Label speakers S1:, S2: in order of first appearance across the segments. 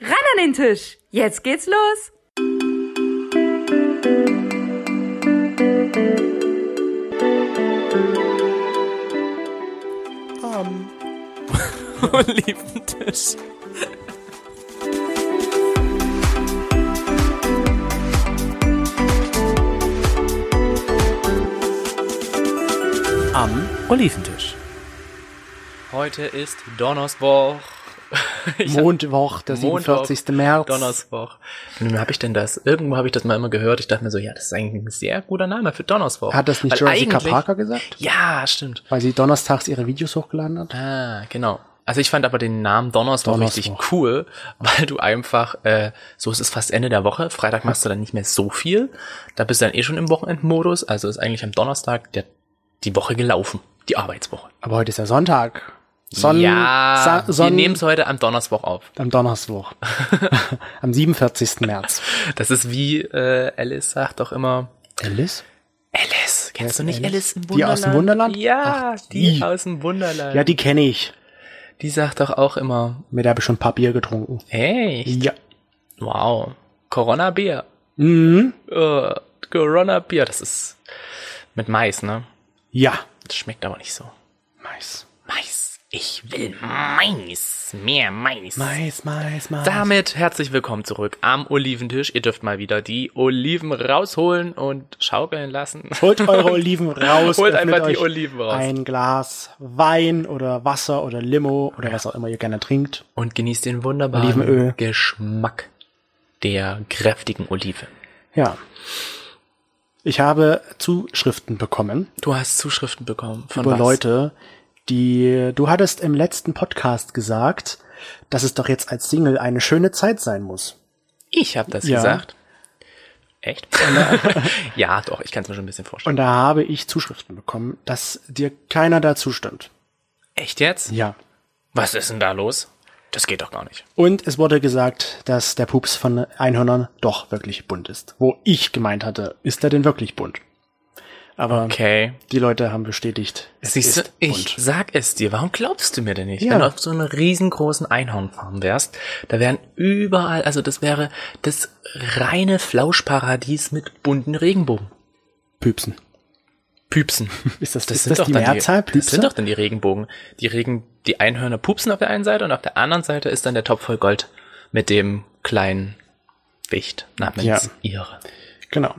S1: an den Tisch. Jetzt geht's los.
S2: am lieben Tisch. Am Oliventisch.
S3: Heute ist Donnerswoch. Ich hab-
S4: Mondwoch, der
S3: Montag,
S4: 47. März.
S3: Donnerswoch. Nun habe ich denn das? Irgendwo habe ich das mal immer gehört. Ich dachte mir so, ja, das ist eigentlich ein sehr guter Name für Donnerswoch.
S4: Hat das nicht
S3: Weil
S4: Jessica
S3: eigentlich-
S4: Parker gesagt?
S3: Ja, stimmt.
S4: Weil sie donnerstags ihre Videos hochgeladen hat?
S3: Ah, genau. Also ich fand aber den Namen Donnerswoch
S4: Donnerswoch.
S3: richtig cool, weil du einfach, äh, so es ist fast Ende der Woche, Freitag machst du dann nicht mehr so viel, da bist du dann eh schon im Wochenendmodus, also ist eigentlich am Donnerstag der, die Woche gelaufen, die Arbeitswoche.
S4: Aber heute ist ja Sonntag. Sonn
S3: ja,
S4: Sa Sonn
S3: wir nehmen es heute am Donnerswoch auf.
S4: am Donnerstag. am 47. März.
S3: Das ist wie äh, Alice sagt doch immer,
S4: Alice?
S3: Alice,
S4: Wer ist
S3: kennst du nicht Alice
S4: Alice?
S3: im
S4: Die
S3: Wunderland?
S4: aus dem Wunderland?
S3: Ja,
S4: Ach,
S3: die,
S4: die.
S3: aus dem Wunderland.
S4: Ja, die kenne ich.
S3: die sagt doch auch immer,
S4: Mit der habe ich schon ein paar Bier getrunken.
S3: hey,
S4: Ja.
S3: wow, Corona-Bier.
S4: Mhm.
S3: Äh, Corona Bier, das ist mit Mais, ne?
S4: Ja.
S3: Das schmeckt aber nicht so.
S4: Mais.
S3: Mais. Ich will Mais. Mehr Mais.
S4: Mais, Mais, Mais.
S3: Damit herzlich willkommen zurück am Oliventisch. Ihr dürft mal wieder die Oliven rausholen und schaukeln lassen.
S4: Holt eure Oliven raus.
S3: Holt
S4: öffnet
S3: einfach die
S4: euch
S3: Oliven raus.
S4: Ein Glas Wein oder Wasser oder Limo oder was auch immer ihr gerne trinkt.
S3: Und genießt den wunderbaren
S4: Olivenöl.
S3: Geschmack der kräftigen Olive.
S4: Ja. Ich habe Zuschriften bekommen
S3: Du hast Zuschriften bekommen von
S4: über
S3: was?
S4: Leute, die du hattest im letzten Podcast gesagt, dass es doch jetzt als Single eine schöne Zeit sein muss.
S3: Ich habe das
S4: Ja.
S3: gesagt. Echt? ja, doch, ich kann es mir schon ein bisschen vorstellen.
S4: Und da habe ich Zuschriften bekommen, dass dir keiner da zustimmt.
S3: Echt jetzt?
S4: Ja.
S3: Was ist denn da los? Das geht doch gar nicht.
S4: Und es wurde gesagt, dass der Pups von Einhörnern doch wirklich bunt ist. Wo ich gemeint hatte, ist er denn wirklich bunt? Aber
S3: Okay.
S4: die Leute haben bestätigt, es
S3: Siehst du,
S4: ist
S3: ich
S4: bunt.
S3: sag es dir. Warum glaubst du mir denn nicht?
S4: Ja.
S3: Wenn du auf so einer riesengroßen Einhornfarm wärst, da wären überall, also das wäre das reine Flauschparadies mit bunten Regenbogen.
S4: Püpsen.
S3: Püpsen.
S4: Ist das, ist
S3: sind
S4: das
S3: doch
S4: die
S3: dann
S4: Mehrzahl?
S3: Die, das
S4: Püpse?
S3: sind doch dann die Regenbogen. Die Regen, die Einhörner pupsen auf der einen Seite und auf der anderen Seite ist dann der Topf voll Gold mit dem kleinen Wicht namens
S4: Ja.
S3: ihre.
S4: Genau.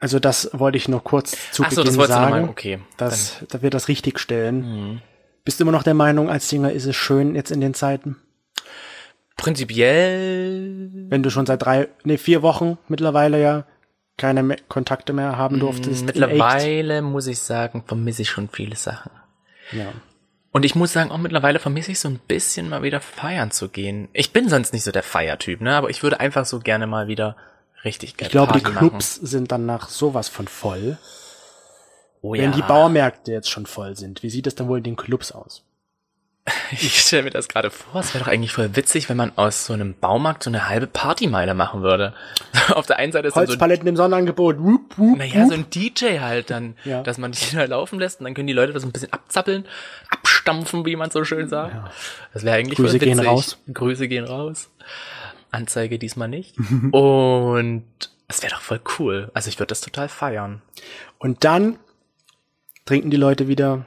S4: Also das wollte ich noch kurz zu
S3: Ach so, das
S4: Beginn
S3: wolltest du
S4: sagen,
S3: noch mal- okay. Mhm.
S4: dass, dass wir das richtig stellen. Bist du immer noch der Meinung, als Singer ist es schön jetzt in den Zeiten?
S3: Prinzipiell
S4: Wenn du schon seit drei, nee, vier Wochen mittlerweile ja keine mehr Kontakte mehr haben durftest. in echt.
S3: Mhm, Mittlerweile muss ich sagen, vermisse ich schon viele Sachen.
S4: Ja.
S3: Und ich muss sagen, auch mittlerweile vermisse ich so ein bisschen mal wieder feiern zu gehen. Ich bin sonst nicht so der Feiertyp, ne? Aber ich würde einfach so gerne mal wieder richtig geil
S4: Ich glaube, die
S3: Party machen.
S4: Clubs sind danach sowas von voll.
S3: oh, ja.
S4: Wenn die Bauernmärkte jetzt schon voll sind, wie sieht es dann wohl in den Clubs aus?
S3: Ich stelle mir das gerade vor. Es wäre doch eigentlich voll witzig, wenn man aus so einem Baumarkt so eine halbe Partymeile machen würde. Auf der einen Seite ist dann so ein
S4: Holzpaletten im Sonnenangebot. Wup, wup,
S3: Naja,
S4: wup.
S3: so ein DJ halt dann,
S4: Ja.
S3: dass man die da laufen lässt und dann können die Leute das ein bisschen abzappeln, abstampfen, wie man so schön sagt. Das wäre eigentlich
S4: Grüße
S3: voll witzig.
S4: gehen raus.
S3: Grüße gehen raus. Anzeige diesmal nicht. und es wäre doch voll cool. Also ich würde das total feiern.
S4: Und dann trinken die Leute wieder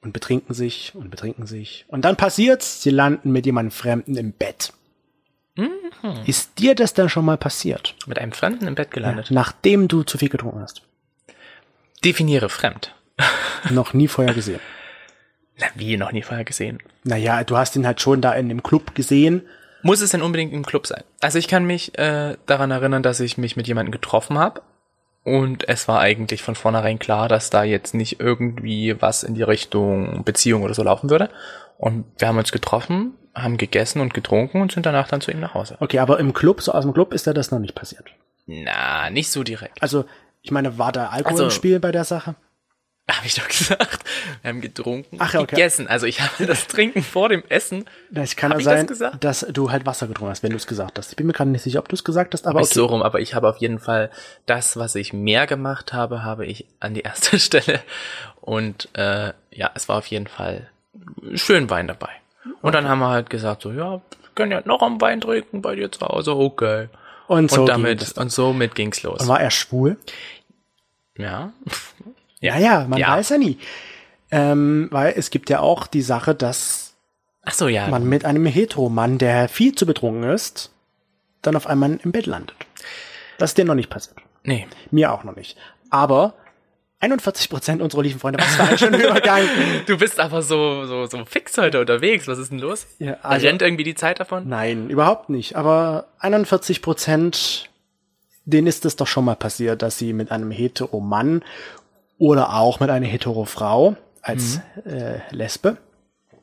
S4: und betrinken sich und betrinken sich. Und dann passiert's, sie landen mit jemandem Fremden im Bett.
S3: Mhm.
S4: Ist dir das dann schon mal passiert?
S3: Mit einem Fremden im Bett gelandet.
S4: Nachdem du zu viel getrunken hast.
S3: Definiere fremd.
S4: Noch nie vorher gesehen.
S3: Na, wie noch nie vorher gesehen.
S4: Naja, du hast ihn halt schon da in dem Club gesehen.
S3: Muss es denn unbedingt im Club sein? Also ich kann mich äh, daran erinnern, dass ich mich mit jemandem getroffen habe und es war eigentlich von vornherein klar, dass da jetzt nicht irgendwie was in die Richtung Beziehung oder so laufen würde. Und wir haben uns getroffen, haben gegessen und getrunken und sind danach dann zu ihm nach Hause.
S4: Okay, aber im Club, so aus dem Club, ist dir das noch nicht passiert.
S3: Na, nicht so direkt.
S4: Also, ich meine, war da Alkohol
S3: Also-
S4: im Spiel bei der Sache?
S3: Habe ich doch gesagt. Wir haben getrunken,
S4: Ach ja, okay.
S3: gegessen. Also ich habe das Trinken vor dem Essen.
S4: Es kann
S3: Hab
S4: ja
S3: ich das
S4: sein,
S3: gesagt?
S4: dass du halt Wasser getrunken hast, wenn du es gesagt hast. Ich bin mir gerade nicht sicher, ob du es gesagt hast, aber
S3: Okay.
S4: okay.
S3: Ich so rum, aber ich habe auf jeden Fall das, was ich mehr gemacht habe, habe ich an die erste Stelle. Und äh, ja, es war auf jeden Fall schön Wein dabei. Und dann haben wir halt gesagt, so ja, können ja noch am Wein trinken bei dir zu Hause, okay.
S4: Und
S3: Und
S4: so ging das.
S3: damit, und somit ging's los.
S4: Und war er schwul?
S3: Ja.
S4: Ja, ja, man
S3: Ja.
S4: weiß ja nie. Ähm, weil es gibt ja auch die Sache, dass
S3: Ach so, ja.
S4: man mit einem Hetero-Mann, der viel zu betrunken ist, dann auf einmal im Bett landet. Das ist dir noch nicht passiert.
S3: Nee.
S4: Mir auch noch nicht. Aber 41% unserer lieben Freunde, was für ein schöner Übergang.
S3: Du bist aber so, so, so fix heute unterwegs. Was ist denn los?
S4: Ja, also-
S3: Rennt irgendwie die Zeit davon?
S4: Nein, überhaupt nicht. Aber 41%, denen ist es doch schon mal passiert, dass sie mit einem Hetero-Mann oder auch mit einer Hetero-Frau als äh, Lesbe,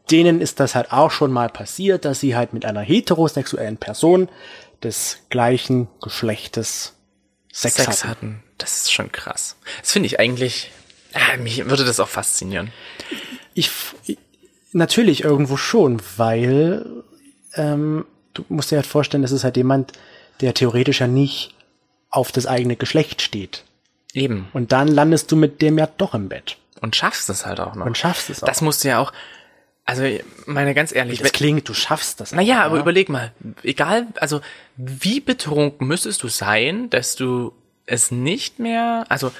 S4: denen ist das halt auch schon mal passiert, dass sie halt mit einer heterosexuellen Person des gleichen Geschlechtes Sex,
S3: Sex
S4: hatten.
S3: hatten. Das ist schon krass. Das finde ich eigentlich, ah, mich würde das auch faszinieren.
S4: Ich, f- ich natürlich irgendwo schon, weil ähm, du musst dir halt vorstellen, das ist halt jemand, der theoretisch ja nicht auf das eigene Geschlecht steht.
S3: Eben.
S4: Und dann landest du mit dem ja doch im Bett
S3: Und schaffst es halt auch noch.
S4: und schaffst es auch.
S3: Das musst du ja auch, also, meine, ganz ehrlich,
S4: das klingt, du schaffst das.
S3: Naja, aber
S4: ja.
S3: überleg mal, egal, also wie betrunken müsstest du sein, dass du es nicht mehr, also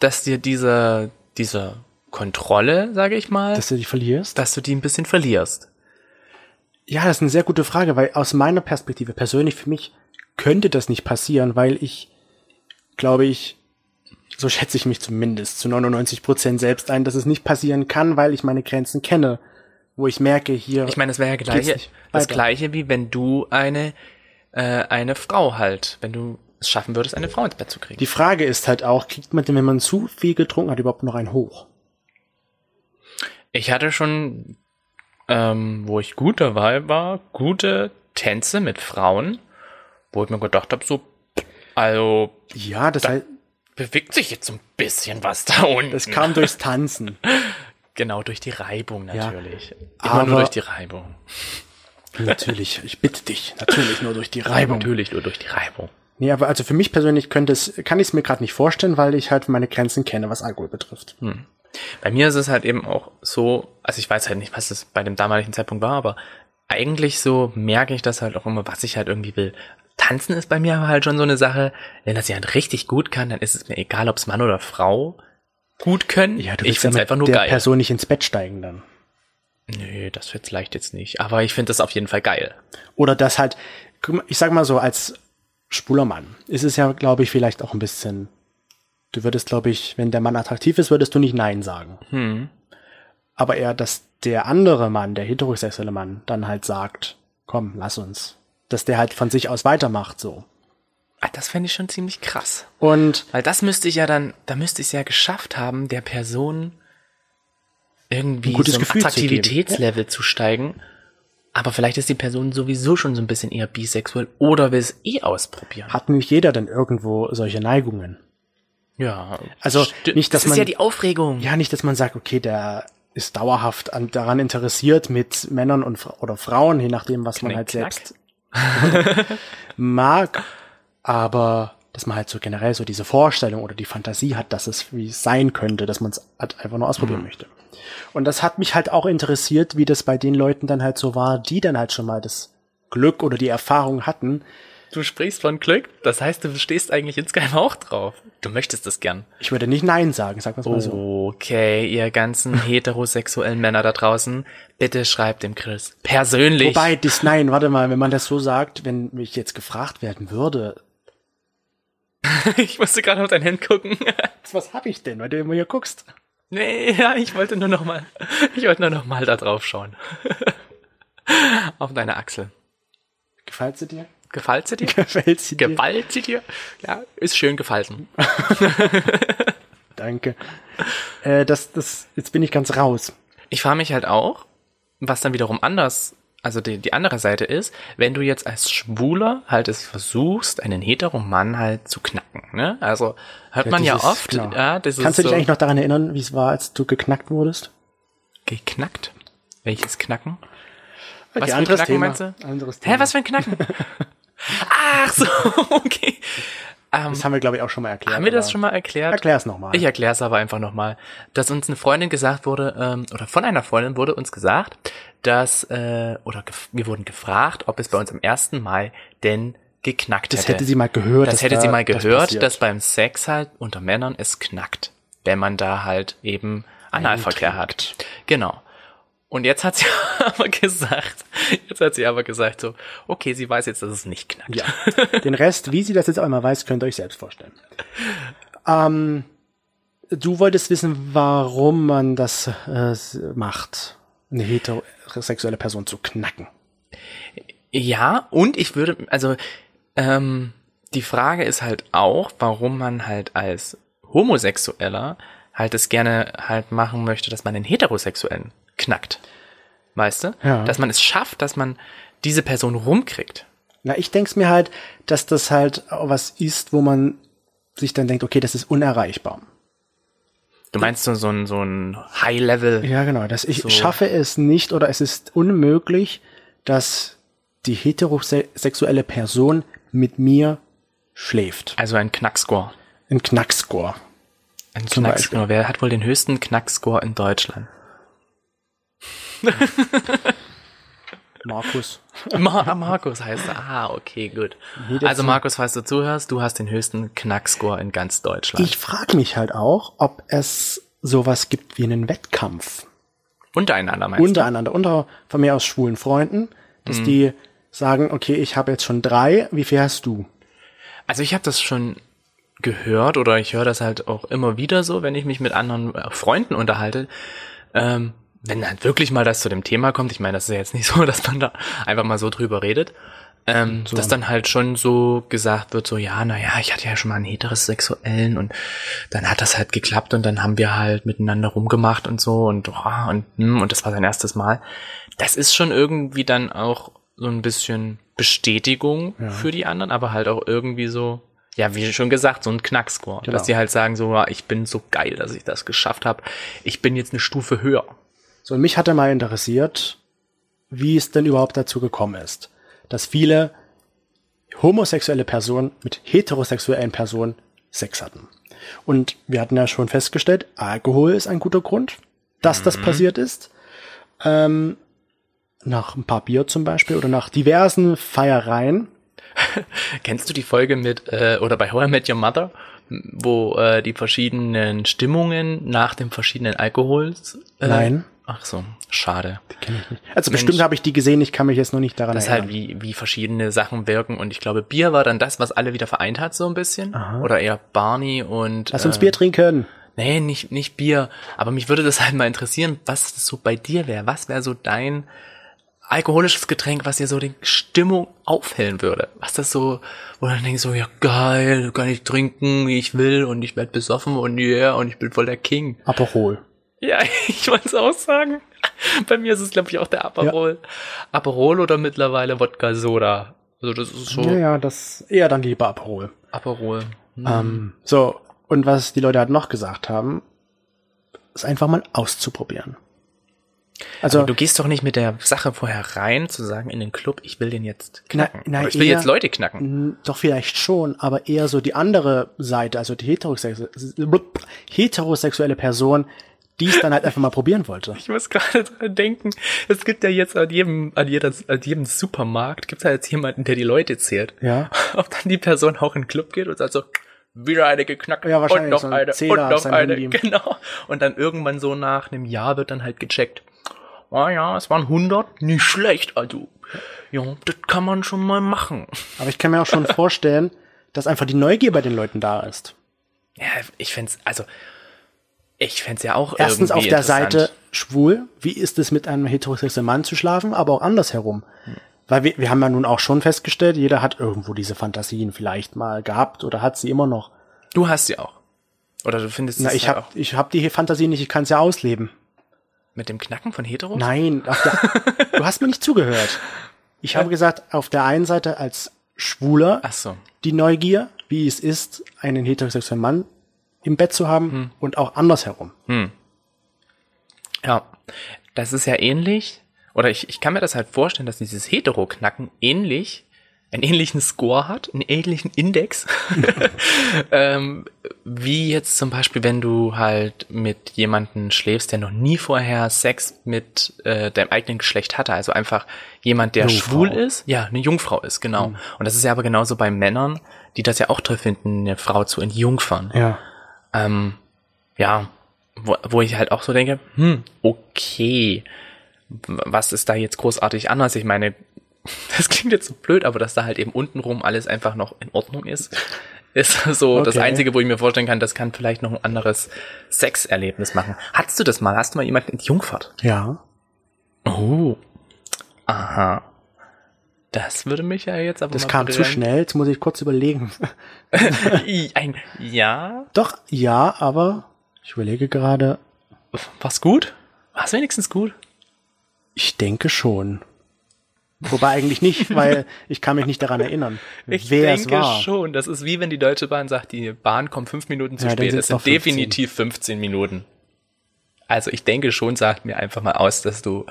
S3: dass dir diese, diese Kontrolle, sage ich mal,
S4: dass du dich verlierst.
S3: dass du die ein bisschen verlierst.
S4: Ja, das ist eine sehr gute Frage, weil aus meiner Perspektive persönlich für mich könnte das nicht passieren, weil ich, glaube ich, so schätze ich mich zumindest zu 99 Prozent selbst ein, dass es nicht passieren kann, weil ich meine Grenzen kenne, wo ich merke hier.
S3: Ich meine, das wäre ja
S4: Geht's
S3: gleiche,
S4: nicht
S3: das
S4: weiter.
S3: gleiche, wie wenn du eine, äh, eine Frau halt, wenn du es schaffen würdest, eine Frau ins Bett zu kriegen.
S4: die Frage ist halt auch, kriegt man denn, wenn man zu viel getrunken hat, überhaupt noch einen hoch?
S3: Ich hatte schon, ähm, wo ich gut dabei war, gute Tänze mit Frauen, wo ich mir gedacht habe, so, also
S4: Ja, das, halt,
S3: bewegt sich jetzt so ein bisschen was da unten.
S4: das kam durchs Tanzen.
S3: genau durch die Reibung natürlich. Immer
S4: aber-
S3: nur durch die Reibung.
S4: natürlich, ich bitte dich, natürlich nur durch die Reibung.
S3: Natürlich nur durch die Reibung.
S4: Nee, aber also für mich persönlich könnte es, kann ich es mir gerade nicht vorstellen, weil ich halt meine Grenzen kenne, was Alkohol betrifft.
S3: Hm. Bei mir ist es halt eben auch so, also ich weiß halt nicht, was das bei dem damaligen Zeitpunkt war, aber eigentlich so merke ich das halt auch immer, was ich halt irgendwie will. Tanzen ist bei mir halt schon so eine Sache, wenn das jemand richtig gut kann, dann ist es mir egal, ob es Mann oder Frau gut können. ich finde es
S4: mit
S3: einfach nur
S4: der
S3: geil.
S4: Person nicht ins Bett steigen dann.
S3: Nö, das wird vielleicht jetzt nicht, aber ich finde das auf jeden Fall geil.
S4: Oder das halt, guck mal, ich sag mal so, als schwuler Mann ist es ja, glaube ich, vielleicht auch ein bisschen, du würdest, glaube ich, wenn der Mann attraktiv ist, würdest du nicht Nein sagen.
S3: Hm.
S4: Aber eher, dass der andere Mann, der heterosexuelle Mann, dann halt sagt, komm, lass uns. Dass der halt von sich aus weitermacht, so.
S3: Ah, Das fände ich schon ziemlich krass.
S4: Und
S3: Weil das müsste ich ja dann, da müsste ich es ja geschafft haben, der Person irgendwie
S4: Ein gutes
S3: so ein
S4: Gefühl zu geben.
S3: Attraktivitätslevel zu, steigen. Aber vielleicht ist die Person sowieso schon so ein bisschen eher bisexuell oder will es eh ausprobieren.
S4: hat nicht jeder denn irgendwo solche Neigungen?
S3: Ja.
S4: Also,
S3: Sti-
S4: nicht, dass
S3: das ist
S4: man-
S3: ja die Aufregung.
S4: Ja, nicht, dass man sagt, okay, der ist dauerhaft an, daran interessiert mit Männern und Fra- oder Frauen, je nachdem, was man
S3: Knick,
S4: halt
S3: knack.
S4: selbst mag, aber dass man halt so generell so diese Vorstellung oder die Fantasie hat, dass es wie es sein könnte, dass man es halt einfach nur ausprobieren möchte. Und das hat mich halt auch interessiert, wie das bei den Leuten dann halt so war, die dann halt schon mal das Glück oder die Erfahrung hatten.
S3: Du sprichst von Glück. Das heißt, du stehst eigentlich insgeheim auch drauf. Du möchtest das gern.
S4: Ich würde nicht Nein sagen, sag mal
S3: Oh,
S4: so.
S3: Okay, ihr ganzen heterosexuellen Männer da draußen, bitte schreibt dem Chris persönlich.
S4: Wobei, das, nein, warte mal, wenn man das so sagt, wenn mich jetzt gefragt werden würde,
S3: ich musste gerade auf dein Hemd gucken.
S4: was habe ich denn, weil du immer hier guckst?
S3: Nee, ja, ich wollte nur noch mal, ich wollte nur noch mal da drauf schauen. Auf deine Achsel.
S4: Gefällt sie dir?
S3: Gefällt sie dir?
S4: Gefällt sie dir?
S3: Gefällt sie dir? Ja, ist schön gefalten.
S4: Danke. Äh, das, das, jetzt bin ich ganz raus.
S3: Ich frage mich halt auch, was dann wiederum anders, also die, die andere Seite ist, wenn du jetzt als Schwuler halt es versuchst, einen heteren Mann halt zu knacken, ne? Also hört man
S4: Dieses-
S3: ja oft,
S4: genau.
S3: ja, das
S4: Kannst du
S3: ist
S4: dich
S3: so
S4: eigentlich noch daran erinnern, wie es war, als du geknackt wurdest?
S3: geknackt. Welches Knacken?
S4: Okay,
S3: für ein
S4: anderes
S3: Knacken
S4: Thema.
S3: meinst du?
S4: Anderes
S3: Hä,
S4: Thema.
S3: was für ein Knacken? Ach so, okay. Ähm,
S4: Das haben wir, glaube ich, auch schon mal erklärt.
S3: haben wir das
S4: aber
S3: schon mal erklärt?
S4: Erklär es nochmal.
S3: Ich erkläre es aber einfach nochmal, dass uns eine Freundin gesagt wurde, ähm, oder von einer Freundin wurde uns gesagt, dass, äh, oder gef- wir wurden gefragt, ob es bei uns am 1. Mai denn geknackt
S4: Das
S3: hätte.
S4: hätte sie mal gehört.
S3: das
S4: dass
S3: hätte
S4: da
S3: sie mal
S4: das
S3: gehört,
S4: passiert.
S3: dass beim Sex halt unter Männern es knackt, wenn man da halt eben Analverkehr hat. Genau. Und jetzt hat sie aber gesagt, jetzt hat sie aber gesagt so, okay, sie weiß jetzt, dass es nicht knackt.
S4: Ja. Den Rest, wie sie das jetzt auch immer weiß, könnt ihr euch selbst vorstellen. Ähm, du wolltest wissen, warum man das äh, s- macht, eine heterosexuelle Person zu knacken.
S3: Ja, und ich würde, also ähm, die Frage ist halt auch, warum man halt als Homosexueller halt es gerne halt machen möchte, dass man den Heterosexuellen knackt. Weißt du?
S4: Ja.
S3: Dass man es schafft, dass man diese Person rumkriegt.
S4: Na, ich denk's mir halt, dass das halt auch was ist, wo man sich dann denkt, okay, das ist unerreichbar.
S3: Du meinst so, so ein, so ein High-Level.
S4: Ja, genau, dass ich schaffe es nicht oder es ist unmöglich, dass die heterosexuelle Person mit mir schläft.
S3: Also ein Knackscore.
S4: Ein Knackscore.
S3: Ein
S4: Zum
S3: Knackscore. Wer hat wohl den höchsten Knackscore in Deutschland?
S4: Markus.
S3: Ma Markus heißt er. Ah, okay, gut. Also Markus, falls du zuhörst, du hast den höchsten Knackscore in ganz Deutschland.
S4: Ich frage mich halt auch, ob es sowas gibt wie einen Wettkampf
S3: Untereinander meinst du?
S4: untereinander, unter von mir aus schwulen Freunden, dass die sagen, okay, ich habe jetzt schon drei, wie viel hast du?
S3: Also ich habe das schon gehört oder ich höre das halt auch immer wieder so, wenn ich mich mit anderen äh, Freunden unterhalte. Ähm, wenn halt wirklich mal das zu dem Thema kommt, ich meine, das ist ja jetzt nicht so, dass man da einfach mal so drüber redet, ähm, dass dann halt schon so gesagt wird, so ja, naja, ich hatte ja schon mal einen heterosexuellen und dann hat das halt geklappt und dann haben wir halt miteinander rumgemacht und so und oh, und, hm, und das war sein erstes Mal. Das ist schon irgendwie dann auch so ein bisschen Bestätigung für die anderen, aber halt auch irgendwie so, ja, wie schon gesagt, so ein Knackscore.
S4: Genau.
S3: Dass die halt sagen, so, ja, ich bin so geil, dass ich das geschafft habe. Ich bin jetzt eine Stufe höher.
S4: So, und mich hatte mal interessiert, wie es denn überhaupt dazu gekommen ist, dass viele homosexuelle Personen mit heterosexuellen Personen Sex hatten. Und wir hatten ja schon festgestellt, Alkohol ist ein guter Grund, dass
S3: Mhm.
S4: das passiert ist. Ähm, nach ein paar Bier zum Beispiel oder nach diversen Feiereien.
S3: Kennst du die Folge mit, äh, oder bei How I Met Your Mother, m- wo äh, die verschiedenen Stimmungen nach dem verschiedenen Alkohols? Äh,
S4: Nein.
S3: Ach so, schade.
S4: Also bestimmt habe ich die gesehen, ich kann mich jetzt nur nicht daran
S3: Das ist halt,
S4: erinnern.
S3: wie, wie verschiedene Sachen wirken. Und ich glaube, Bier war dann das, was alle wieder vereint hat, so ein bisschen. Oder eher Barney und.
S4: Lass uns Bier trinken.
S3: Nee, nicht, nicht Bier. Aber mich würde das halt mal interessieren, was das so bei dir wäre. Was wäre so dein alkoholisches Getränk, was dir so die Stimmung aufhellen würde? Was das so, wo du dann denkst so, ja geil, kann ich trinken, wie ich will und ich werde besoffen und yeah, und ich bin voll der King.
S4: Aperol.
S3: Ja, ich wollte es auch sagen. Bei mir ist es, glaube ich, auch der Aperol. Aperol oder mittlerweile Wodka Soda. Also das ist so
S4: Ja, ja, das eher dann lieber Aperol.
S3: Aperol. Hm.
S4: Ähm, so, und was die Leute halt noch gesagt haben, ist einfach mal auszuprobieren. Also,
S3: Du gehst doch nicht mit der Sache vorher rein, zu sagen in den Club, ich will den jetzt knacken.
S4: Na- Mhm. na,
S3: Oder ich will
S4: eher-
S3: jetzt Leute knacken.
S4: m, doch vielleicht schon, aber eher so die andere Seite, also die heterosexu blub, heterosexuelle Person, die es dann halt einfach mal probieren wollte.
S3: Ich muss gerade dran denken, es gibt ja jetzt an jedem, an jeder, an jedem Supermarkt, gibt es ja jetzt jemanden, der die Leute zählt.
S4: Ja.
S3: Ob dann die Person auch in den Club geht und sagt so, wieder eine geknackt
S4: Ja,
S3: und
S4: wahrscheinlich
S3: noch
S4: so ein
S3: eine
S4: Zähler
S3: und
S4: auf
S3: noch
S4: seinem
S3: eine,
S4: Handy.
S3: genau. Und dann irgendwann so nach einem Jahr wird dann halt gecheckt. Ah ja, es waren 100, nicht schlecht, also. Ja, das kann man schon mal machen.
S4: Aber ich kann mir auch schon vorstellen, dass einfach die Neugier bei den Leuten da ist.
S3: Ja, ich find's, also, ich find's ja auch
S4: Erstens auf
S3: irgendwie
S4: der
S3: interessant.
S4: Seite schwul, wie ist es mit einem heterosexuellen Mann zu schlafen, aber auch andersherum. Weil wir, wir haben ja nun auch schon festgestellt, jeder hat irgendwo diese Fantasien vielleicht mal gehabt oder hat sie immer noch.
S3: Du hast sie auch. Oder du findest
S4: Na,
S3: es
S4: ich
S3: halt
S4: habe
S3: auch
S4: ich hab die Fantasien nicht, ich kann es ja ausleben.
S3: mit dem Knacken von Heteros?
S4: Nein, auf der, du hast mir nicht zugehört. Ich habe gesagt, auf der einen Seite als Schwuler
S3: Ach so.
S4: die Neugier, wie es ist, einen heterosexuellen Mann im Bett zu haben
S3: Hm.
S4: und auch andersherum.
S3: Ja, das ist ja ähnlich, oder ich, ich kann mir das halt vorstellen, dass dieses Hetero-Knacken ähnlich einen ähnlichen Score hat, einen ähnlichen Index, ähm, wie jetzt zum Beispiel, wenn du halt mit jemanden schläfst, der noch nie vorher Sex mit äh, deinem eigenen Geschlecht hatte, also einfach jemand, der
S4: Jungfrau.
S3: schwul ist, ja, eine Jungfrau ist, genau. Und das ist ja aber genauso bei Männern, die das ja auch toll finden, eine Frau zu entjungfern.
S4: Ja.
S3: Ähm, ja, wo, wo ich halt auch so denke, hm, okay, w- was ist da jetzt großartig anders? Ich meine, das klingt jetzt so blöd, aber dass da halt eben untenrum alles einfach noch in Ordnung ist, ist so das
S4: Okay.
S3: Einzige, wo ich mir vorstellen kann, das kann vielleicht noch ein anderes Sexerlebnis machen. Hattest du das mal? Hast du mal jemanden entjungfert?
S4: Ja.
S3: Oh. Aha. Das würde mich ja jetzt aber
S4: Das
S3: mal
S4: kam zu
S3: brillant-
S4: schnell, jetzt muss ich kurz überlegen.
S3: I- Ein, ja,
S4: Doch, ja, aber ich überlege gerade,
S3: war's gut? War's wenigstens gut?
S4: ich denke schon. Wobei eigentlich nicht, weil ich kann mich nicht daran erinnern,
S3: Ich
S4: wer es
S3: denke
S4: war.
S3: schon. Das ist wie wenn die Deutsche Bahn sagt, die Bahn kommt fünf Minuten zu
S4: Ja, dann
S3: spät.
S4: sind's
S3: Es sind
S4: doch 15.
S3: definitiv 15 Minuten. Also ich denke schon, sagt mir einfach mal aus, dass du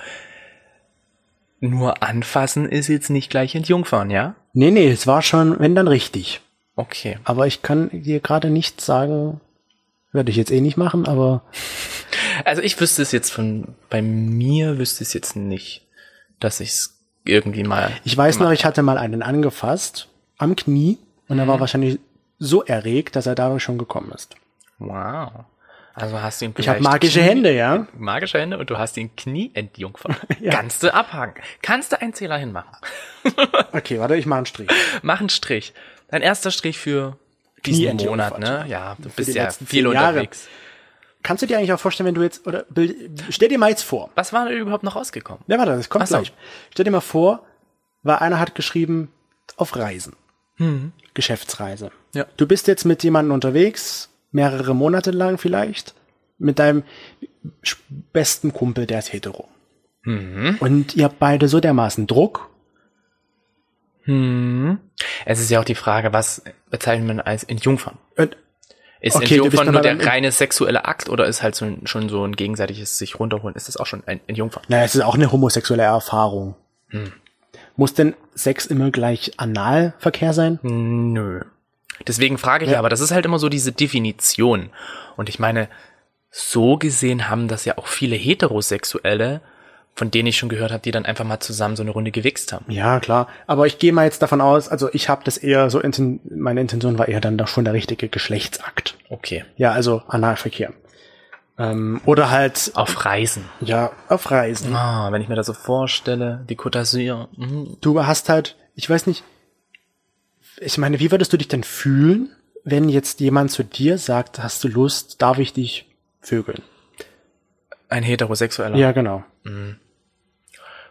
S3: nur anfassen ist jetzt nicht gleich entjungfern, ja?
S4: Nee, nee, es war schon, wenn dann richtig.
S3: Okay.
S4: Aber ich kann dir gerade nichts sagen, werde ich jetzt eh nicht machen, aber
S3: Also ich wüsste es jetzt von, bei mir wüsste es jetzt nicht, dass ich es irgendwie mal.
S4: Ich weiß noch, ich hatte mal einen angefasst am Knie und
S3: Mhm.
S4: er war wahrscheinlich so erregt, dass er dadurch schon gekommen ist.
S3: Wow. Also hast du ihn
S4: Ich habe
S3: vielleicht-
S4: magische Hände, ja.
S3: magische Hände und du hast den Knie entjungfern. Kannst du abhaken. Kannst du einen Zähler hinmachen.
S4: Okay, warte, ich mache einen Strich.
S3: Mach einen Strich. Dein erster Strich für diesen
S4: Knieentjungfert.
S3: Monat, ne? Ja, du bist
S4: die
S3: ja
S4: letzten
S3: viel
S4: zehn Jahre.
S3: unterwegs.
S4: Kannst du dir eigentlich auch vorstellen, wenn du jetzt oder bild- stell dir mal jetzt vor.
S3: Was war denn überhaupt noch rausgekommen?
S4: Ja, warte, das kommt
S3: Ach so.
S4: gleich. Stell dir mal vor, weil einer hat geschrieben auf Reisen. Geschäftsreise.
S3: Hm. Ja.
S4: Du bist jetzt mit jemandem unterwegs, mehrere Monate lang vielleicht, mit deinem sch- besten Kumpel, der ist hetero.
S3: Mhm.
S4: Und ihr habt beide so dermaßen Druck
S3: Hm. Es ist ja auch die Frage, was bezeichnet man als Entjungfern?
S4: und
S3: Ist
S4: Okay, du bist
S3: Entjungfern
S4: dann
S3: nur
S4: aber
S3: der
S4: im-
S3: reine sexuelle Akt oder ist halt so ein, schon so ein gegenseitiges sich runterholen? Ist das auch schon ein Entjungfern?
S4: Naja, es ist auch eine homosexuelle Erfahrung.
S3: Hm.
S4: Muss denn Sex immer gleich Analverkehr sein?
S3: Nö. Deswegen frage ich ja, aber das ist halt immer so diese Definition. Und ich meine, so gesehen haben das ja auch viele Heterosexuelle, von denen ich schon gehört habe, die dann einfach mal zusammen so eine Runde gewichst haben.
S4: Ja, klar. Aber ich gehe mal jetzt davon aus, also ich habe das eher so, inten meine Intention war eher dann doch schon der richtige Geschlechtsakt.
S3: Okay.
S4: Ja, also Analverkehr. Ähm, oder halt,
S3: Auf Reisen.
S4: ja, auf Reisen.
S3: Ah, wenn ich mir das so vorstelle, die Côte d'Azur. mhm.
S4: Du hast halt, ich weiß nicht, ich meine, wie würdest du dich denn fühlen, wenn jetzt jemand zu dir sagt, hast du Lust, darf ich dich vögeln?
S3: Ein heterosexueller.
S4: Ja, genau.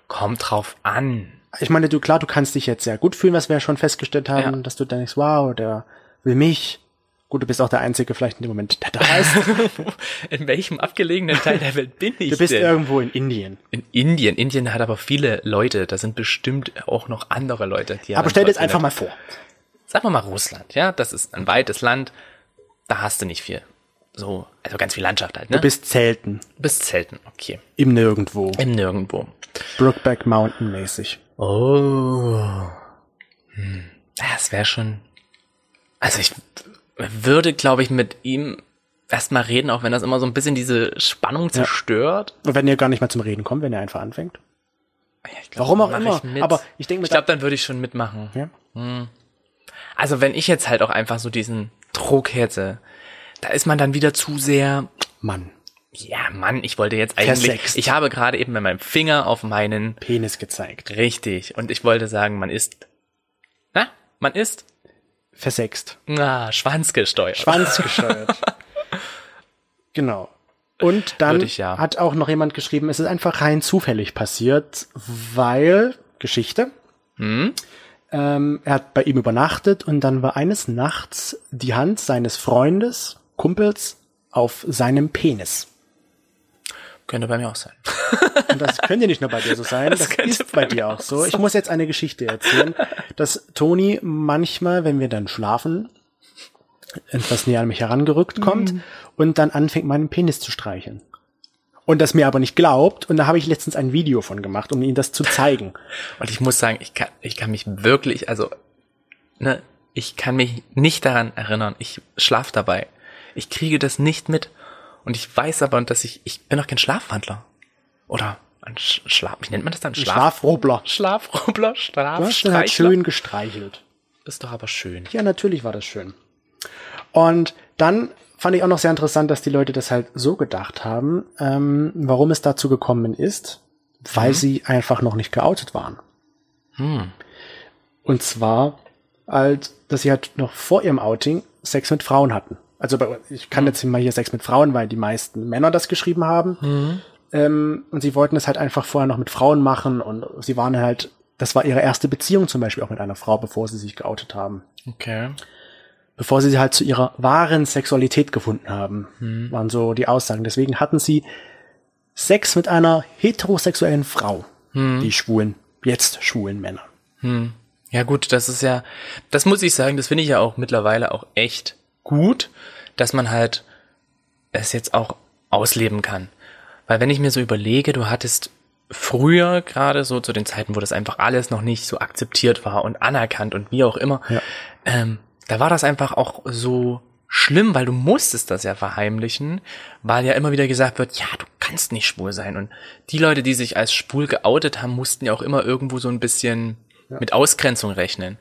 S3: Kommt drauf an.
S4: Ich meine, du, klar, du kannst dich jetzt sehr gut fühlen, was wir ja schon festgestellt haben,
S3: Ja.
S4: dass du denkst, wow, der will mich. Gut, du bist auch der Einzige vielleicht in dem Moment, der da ist.
S3: In welchem abgelegenen Teil der Welt bin ich
S4: Du bist
S3: denn?
S4: irgendwo in Indien.
S3: In Indien. Indien hat aber viele Leute. Da sind bestimmt auch noch andere Leute. Die
S4: Aber
S3: dann
S4: stell dir
S3: dort
S4: jetzt einfach
S3: sind.
S4: mal vor.
S3: Sagen wir mal Russland. Ja, das ist ein weites Land. Da hast du nicht viel. So, also ganz viel Landschaft halt, ne?
S4: Du bist Zelten.
S3: bist Zelten. Okay.
S4: Im Nirgendwo.
S3: Im Nirgendwo.
S4: Brookback Mountain mäßig.
S3: Oh. Hm. Das wäre schon. Also ich würde, glaube ich, mit ihm erstmal reden, auch wenn das immer so ein bisschen diese Spannung zerstört.
S4: Und wenn ihr gar nicht mal zum Reden kommt, wenn ihr einfach anfängt.
S3: Ja, ich glaub,
S4: Warum auch
S3: mach
S4: immer.
S3: Ich mit.
S4: Aber ich denke mir,
S3: ich glaube, dann würde ich schon mitmachen.
S4: Ja.
S3: Hm. Also wenn ich jetzt halt auch einfach so diesen Druck hätte, da ist man dann wieder zu sehr
S4: Mann,
S3: Ja, Mann, ich wollte jetzt eigentlich.
S4: Versext.
S3: Ich habe gerade eben mit meinem Finger auf meinen.
S4: Penis gezeigt.
S3: Richtig. Und ich wollte sagen, man ist. Na? Man ist.
S4: Versext.
S3: Na, schwanzgesteuert.
S4: Schwanz gesteuert. genau. Und dann
S3: Würde ich ja.
S4: hat auch noch jemand geschrieben, es ist einfach rein zufällig passiert, weil Geschichte. Hm? Ähm, er hat bei ihm übernachtet und dann war eines Nachts die Hand seines Freundes, Kumpels, auf seinem Penis.
S3: Könnte bei mir auch sein.
S4: Und das könnte nicht nur bei dir so sein, das,
S3: könnte
S4: ist
S3: bei
S4: bei
S3: mir
S4: dir
S3: auch
S4: auch so. Ich muss jetzt eine Geschichte erzählen, dass Toni manchmal, wenn wir dann schlafen, etwas näher an mich herangerückt kommt
S3: Mhm.
S4: und dann anfängt, meinen Penis zu streicheln. Und das mir aber nicht glaubt. Und da habe ich letztens ein Video von gemacht, um ihm das zu zeigen.
S3: Und ich muss sagen, ich kann, ich kann mich wirklich, also ne, ich kann mich nicht daran erinnern. Ich schlaf dabei. Ich kriege das nicht mit. Und ich weiß aber, dass ich, ich bin doch kein Schlafwandler. Oder ein Sch Schlaf, wie nennt man das dann?
S4: Ein Schlafrobler.
S3: Schlafrubbler,
S4: Du hast den halt
S3: Schlafstreichler.
S4: schön gestreichelt.
S3: Ist doch aber schön.
S4: Ja, natürlich war das schön. Und dann fand ich auch noch sehr interessant, dass die Leute das halt so gedacht haben, ähm, warum es dazu gekommen ist, weil sie einfach noch nicht geoutet waren. Und zwar, als, dass sie halt noch vor ihrem Outing Sex mit Frauen hatten. Also bei, ich kann jetzt mal hier Sex mit Frauen, weil die meisten Männer das geschrieben haben. Ähm, und sie wollten es halt einfach vorher noch mit Frauen machen und sie waren halt, das war ihre erste Beziehung zum Beispiel auch mit einer Frau, bevor sie sich geoutet haben
S3: Okay.
S4: bevor sie sie halt zu ihrer wahren Sexualität gefunden haben,
S3: Hm.
S4: waren so die Aussagen. Deswegen hatten sie Sex mit einer heterosexuellen Frau,
S3: Hm.
S4: die schwulen, jetzt schwulen Männer.
S3: Ja gut, das ist ja, das muss ich sagen, das finde ich ja auch mittlerweile auch echt gut, dass man halt es jetzt auch ausleben kann. Weil wenn ich mir so überlege, du hattest früher gerade so zu den Zeiten, wo das einfach alles noch nicht so akzeptiert war und anerkannt und wie auch immer, ähm, da war das einfach auch so schlimm, weil du musstest das ja verheimlichen, weil ja immer wieder gesagt wird, ja, du kannst nicht schwul sein. Und die Leute, die sich als schwul geoutet haben, mussten ja auch immer irgendwo so ein bisschen mit Ausgrenzung rechnen.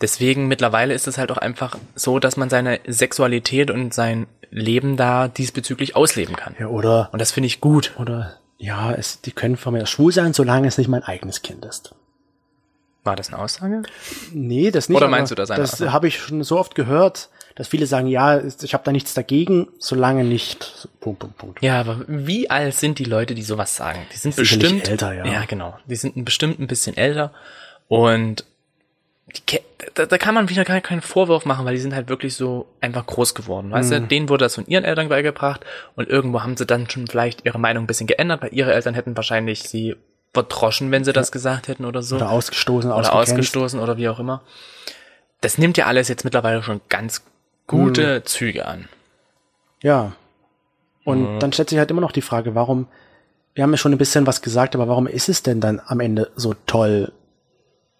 S3: Deswegen mittlerweile ist es halt auch einfach so, dass man seine Sexualität und sein Leben da diesbezüglich ausleben kann.
S4: Ja, oder,
S3: Und das finde ich gut.
S4: oder, ja, es, die können von mir aus schwul sein, solange es nicht mein eigenes Kind ist.
S3: War das eine Aussage?
S4: Nee, das nicht.
S3: Oder
S4: aber
S3: meinst du das einfach?
S4: Das habe ich schon so oft gehört, dass viele sagen, ja, ist- ich habe da nichts dagegen, solange nicht. So, Punkt, Punkt, Punkt.
S3: Ja, aber wie alt sind die Leute, die sowas sagen? Die sind
S4: Sicherlich
S3: bestimmt
S4: älter, ja.
S3: Ja, genau. Die sind bestimmt ein bisschen älter und die, ke- da, da kann man wieder gar keinen Vorwurf machen, weil die sind halt wirklich so einfach groß geworden. Weißt du, denen wurde das von ihren Eltern beigebracht und irgendwo haben sie dann schon vielleicht ihre Meinung ein bisschen geändert, weil ihre Eltern hätten wahrscheinlich sie verdroschen, wenn sie das gesagt hätten oder so.
S4: Oder ausgestoßen,
S3: oder
S4: ausgekämpft.
S3: ausgestoßen oder wie auch immer. Das nimmt ja alles jetzt mittlerweile schon ganz gute Züge an.
S4: Ja. Und dann stellt sich halt immer noch die Frage, warum, wir haben ja schon ein bisschen was gesagt, aber warum ist es denn dann am Ende so toll,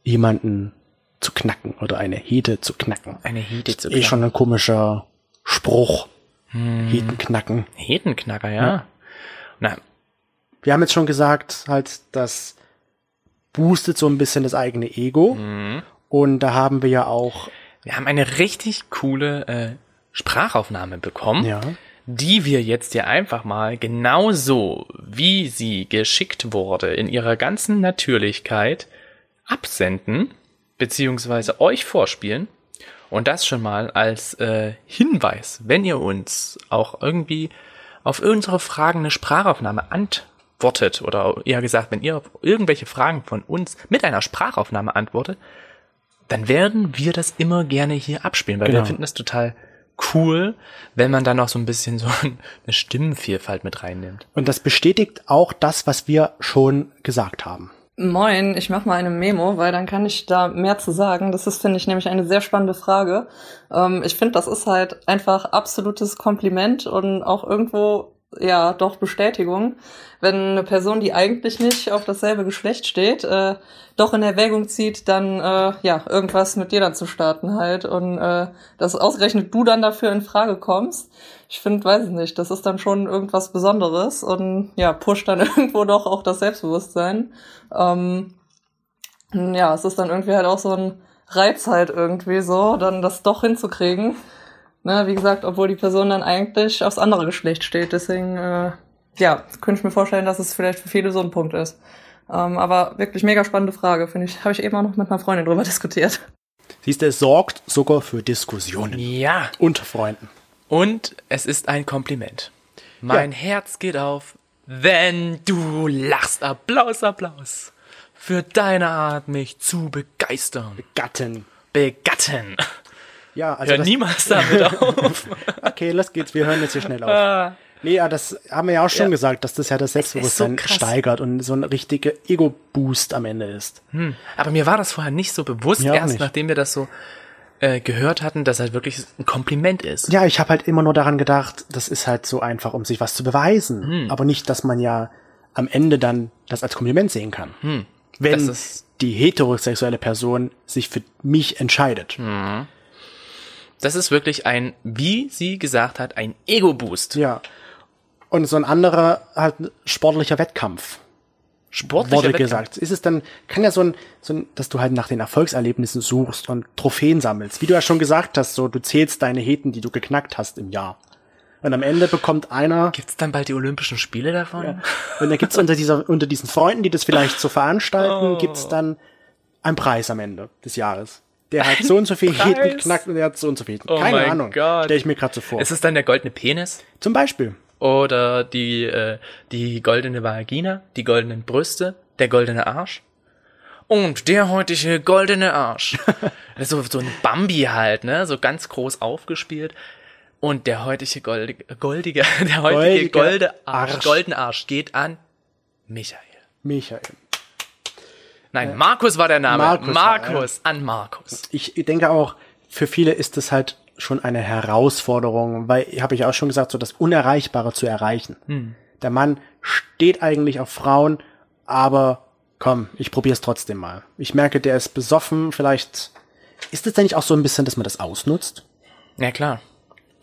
S4: jemanden zu knacken oder eine Hete zu knacken?
S3: Eine Hete zu
S4: Eh schon ein komischer Spruch. Heten knacken.
S3: Hetenknacker, ja. Na,
S4: Wir haben jetzt schon gesagt, halt, das boostet so ein bisschen das eigene Ego. Und da haben wir ja auch,
S3: wir haben eine richtig coole äh, Sprachaufnahme bekommen,
S4: ja,
S3: die wir jetzt hier einfach mal genauso, wie sie geschickt wurde, in ihrer ganzen Natürlichkeit absenden, beziehungsweise euch vorspielen. Und das schon mal als äh, Hinweis, wenn ihr uns auch irgendwie auf unsere Fragen eine Sprachaufnahme antwortet oder eher gesagt, wenn ihr auf irgendwelche Fragen von uns mit einer Sprachaufnahme antwortet, dann werden wir das immer gerne hier abspielen, weil wir
S4: Genau.
S3: finden das total cool, wenn man dann noch so ein bisschen so eine Stimmenvielfalt mit reinnimmt.
S4: und das bestätigt auch das, was wir schon gesagt haben.
S5: Moin, ich mache mal eine Memo, weil dann kann ich da mehr zu sagen. Das ist, finde ich, nämlich eine sehr spannende Frage. Ähm, ich finde, das ist halt einfach absolutes Kompliment und auch irgendwo, ja, doch Bestätigung, wenn eine Person, die eigentlich nicht auf dasselbe Geschlecht steht, äh, doch in Erwägung zieht, dann, äh, ja, irgendwas mit dir dann zu starten halt. Und äh, dass ausgerechnet du dann dafür in Frage kommst. Ich finde, weiß ich nicht, das ist dann schon irgendwas Besonderes und ja, pusht dann irgendwo doch auch das Selbstbewusstsein. Ähm, ja, es ist dann irgendwie halt auch so ein Reiz halt irgendwie so, dann das doch hinzukriegen. Ne, wie gesagt, obwohl die Person dann eigentlich aufs andere Geschlecht steht. Deswegen, äh, ja, könnte ich mir vorstellen, dass es vielleicht für viele so ein Punkt ist. Ähm, aber wirklich mega spannende Frage, finde ich. Habe ich eben auch noch mit einer Freundin drüber diskutiert.
S4: Siehst du, es sorgt sogar für Diskussionen
S3: Ja.
S4: unter Freunden.
S3: Und es ist ein Kompliment. Mein Herz geht auf, wenn du lachst. Applaus, Applaus. Für deine Art, mich zu begeistern.
S4: Gatten.
S3: Begatten.
S4: Ja, also
S3: Hör
S4: das,
S3: niemals damit auf.
S4: okay, los geht's, wir hören jetzt hier schnell
S3: Ah.
S4: auf. Nee, ja, das haben wir ja auch schon gesagt, dass das ja das Selbstbewusstsein
S3: krass.
S4: steigert und so ein richtiger Ego-Boost am Ende ist. Hm?
S3: Hm. Aber mir war das vorher nicht so bewusst,
S4: Mir auch
S3: erst
S4: nicht.
S3: nachdem wir das so äh, gehört hatten, dass halt wirklich ein Kompliment ist.
S4: Ja, ich habe halt immer nur daran gedacht, das ist halt so einfach, um sich was zu
S3: Hm.
S4: beweisen. Aber nicht, dass man ja am Ende dann das als Kompliment sehen kann. Wenn
S3: Hm. Das ist-
S4: die heterosexuelle Person sich für mich entscheidet.
S3: Hm. Das ist wirklich ein, wie sie gesagt hat, ein Ego-Boost.
S4: Ja. Und so ein anderer halt sportlicher Wettkampf.
S3: Sportlicher
S4: wurde
S3: Wettkampf.
S4: gesagt. Ist es dann, kann ja so ein, so ein, dass du halt nach den Erfolgserlebnissen suchst und Trophäen sammelst. Wie du ja schon gesagt hast, so, du zählst deine Heten, die du geknackt hast im Jahr. Und am Ende bekommt einer,
S3: Gibt's dann bald die Olympischen Spiele davon?
S4: und dann gibt's unter dieser, unter diesen Freunden, die das vielleicht so
S3: Oh.
S4: veranstalten, gibt's dann einen Preis am Ende des Jahres. Der hat so und so viel Heten
S3: Preis?
S4: geknackt und der hat so und so viel Heten.
S3: Oh
S4: Keine
S3: mein
S4: Ahnung.
S3: Gott.
S4: Stell ich mir gerade so vor.
S3: Ist es dann der goldene Penis?
S4: Zum Beispiel.
S3: Oder die, äh, die goldene Vagina? Die goldenen Brüste? Der goldene Arsch? Und der heutige goldene Arsch. Das ist so, so ein Bambi halt, ne? So ganz groß aufgespielt. Und der heutige goldige, goldige der heutige
S4: Goldige
S3: golde Arsch,
S4: Arsch.
S3: goldene Arsch geht an Michael.
S4: Michael.
S3: Nein, Markus war der Name.
S4: Markus
S3: Markus,
S4: war,
S3: an Markus.
S4: ich denke auch, für viele ist es halt schon eine Herausforderung, weil, habe ich auch schon gesagt, so das Unerreichbare zu erreichen.
S3: Hm.
S4: Der Mann steht eigentlich auf Frauen, aber komm, ich probiere es trotzdem mal. Ich merke, der ist besoffen, vielleicht ist es denn nicht auch so ein bisschen, dass man das ausnutzt?
S3: Ja, klar.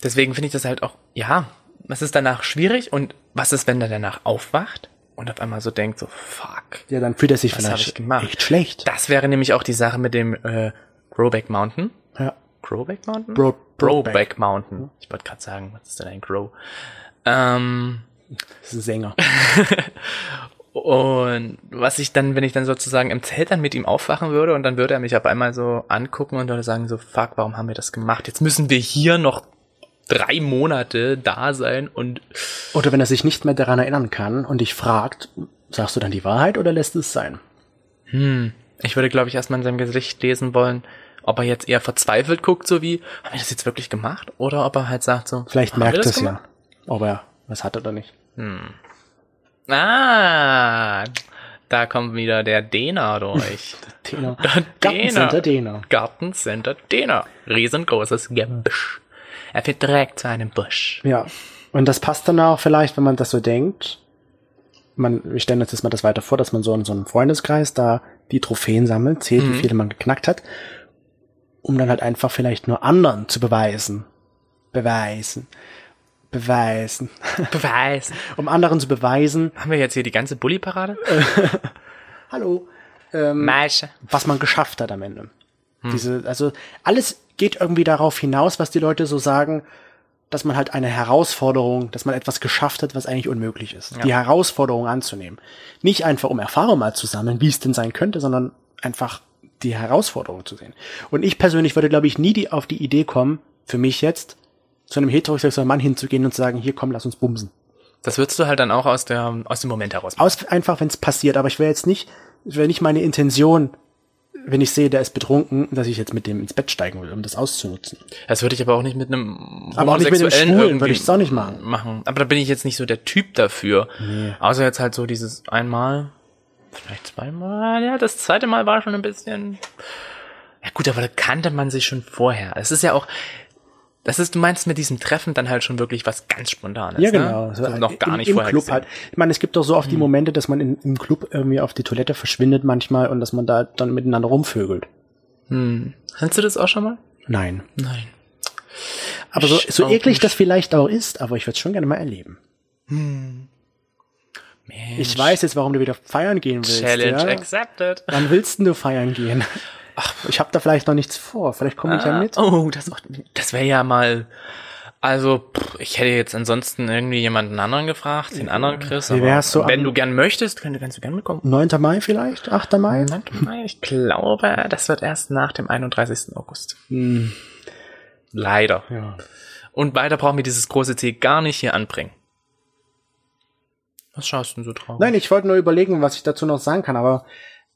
S3: Deswegen finde ich das halt auch, ja, es ist danach schwierig und was ist, wenn der danach aufwacht und auf einmal so denkt, so, fuck.
S4: Ja, dann fühlt er sich
S3: Was hab ich
S4: vielleicht
S3: gemacht?
S4: echt schlecht.
S3: Das wäre nämlich auch die Sache mit dem äh, Growback Mountain.
S4: Ja.
S3: Growback Mountain?
S4: Bro- Brokeback. Hm.
S3: Brokeback Mountain. Ich wollte gerade sagen, was ist denn ein Grow? Ähm,
S4: Das ist ein Sänger.
S3: und was ich dann, wenn ich dann sozusagen im Zelt dann mit ihm aufwachen würde und dann würde er mich auf einmal so angucken und würde sagen so, fuck, warum haben wir das gemacht? Jetzt müssen wir hier noch drei Monate da sein und
S4: Oder wenn er sich nicht mehr daran erinnern kann und dich fragt, sagst du dann die Wahrheit oder lässt es sein?
S3: Ich würde, glaube ich, erstmal in seinem Gesicht lesen wollen, ob er jetzt eher verzweifelt guckt, so wie, haben wir das jetzt wirklich gemacht? Oder ob er halt sagt so,
S4: Vielleicht
S3: haben wir
S4: merkt
S3: das
S4: es
S3: gemacht?
S4: ja, ob er was hat oder nicht.
S3: Ah, da kommt wieder der Dena durch.
S4: Tena.
S3: Dena.
S4: Gartencenter Dena.
S3: Gartencenter Dena. Riesengroßes Gebüsch. Er fährt direkt zu einem Busch.
S4: Ja. Und das passt dann auch vielleicht, wenn man das so denkt. Man, wir stellen uns jetzt mal das weiter vor, dass man so in so einem Freundeskreis da die Trophäen sammelt, zählt, wie viele man geknackt hat, um dann halt einfach vielleicht nur anderen zu beweisen. Beweisen. Beweisen.
S3: Beweis.
S4: Um anderen zu beweisen,
S3: Haben wir jetzt hier die ganze Bulli-Parade?
S4: hallo,
S3: Meische.
S4: was man geschafft hat am Ende. Diese, also alles geht irgendwie darauf hinaus, was die Leute so sagen, dass man halt eine Herausforderung, dass man etwas geschafft hat, was eigentlich unmöglich ist. Die Herausforderung anzunehmen. Nicht einfach, um Erfahrung mal zu sammeln, wie es denn sein könnte, sondern einfach die Herausforderung zu sehen. Und ich persönlich würde, glaube ich, nie die, auf die Idee kommen, für mich jetzt, zu einem heterosexuellen Mann hinzugehen und zu sagen, hier komm, lass uns bumsen.
S3: Das würdest du halt dann auch aus, der, aus dem Moment heraus machen.
S4: Aus, einfach, wenn es passiert. Aber ich wäre jetzt nicht, es wäre nicht meine Intention, wenn ich sehe, der ist betrunken, dass ich jetzt mit dem ins Bett steigen will, um das auszunutzen.
S3: Das würde ich aber auch nicht mit einem
S4: Aber auch nicht mit dem
S3: Homosexuellen
S4: Schwulen
S3: irgendwie
S4: würde ich's auch nicht machen.
S3: Aber da bin ich jetzt nicht so der Typ dafür. Außer jetzt halt so dieses einmal, vielleicht zweimal. Ja, das zweite Mal war schon ein bisschen. Ja gut, aber da kannte man sich schon vorher. Es ist ja auch. Das ist, du meinst mit diesem Treffen dann halt schon wirklich was ganz Spontanes.
S4: Ja, genau.
S3: Ne?
S4: So,
S3: So,
S4: äh,
S3: noch gar
S4: im,
S3: nicht
S4: im
S3: vorher.
S4: Club
S3: gesehen. Hm.
S4: halt. Ich meine, es gibt doch so oft die Momente, dass man in, im Club irgendwie auf die Toilette verschwindet manchmal und dass man da dann miteinander rumvögelt.
S3: Kannst Hm. du das auch schon mal?
S4: Nein.
S3: Nein.
S4: Aber so, so
S3: Schaut
S4: eklig
S3: mich.
S4: das vielleicht auch ist, aber ich würde es schon gerne mal erleben.
S3: Mensch.
S4: Ich weiß jetzt, warum du wieder feiern gehen willst.
S3: Challenge
S4: ja?
S3: accepted.
S4: Wann willst denn du feiern gehen? Ach, ich habe da vielleicht noch nichts vor. Vielleicht komme ich ja
S3: Ah,
S4: mit.
S3: Oh, das, macht- das wäre ja mal. Also, pff, ich hätte jetzt ansonsten irgendwie jemanden anderen gefragt, den anderen Chris.
S4: Wie wär's so
S3: wenn
S4: am-
S3: du gern möchtest, könnt, kannst du gern mitkommen.
S4: 9. Mai vielleicht? 8. Mai?
S3: Nein, Ich glaube, das wird erst nach dem 31. August.
S4: Hm.
S3: Leider.
S4: Ja.
S3: Und weiter brauchen wir dieses große Ziel gar nicht hier anbringen. Was schaust denn so drauf?
S4: Nein, ich wollte nur überlegen, was ich dazu noch sagen kann, aber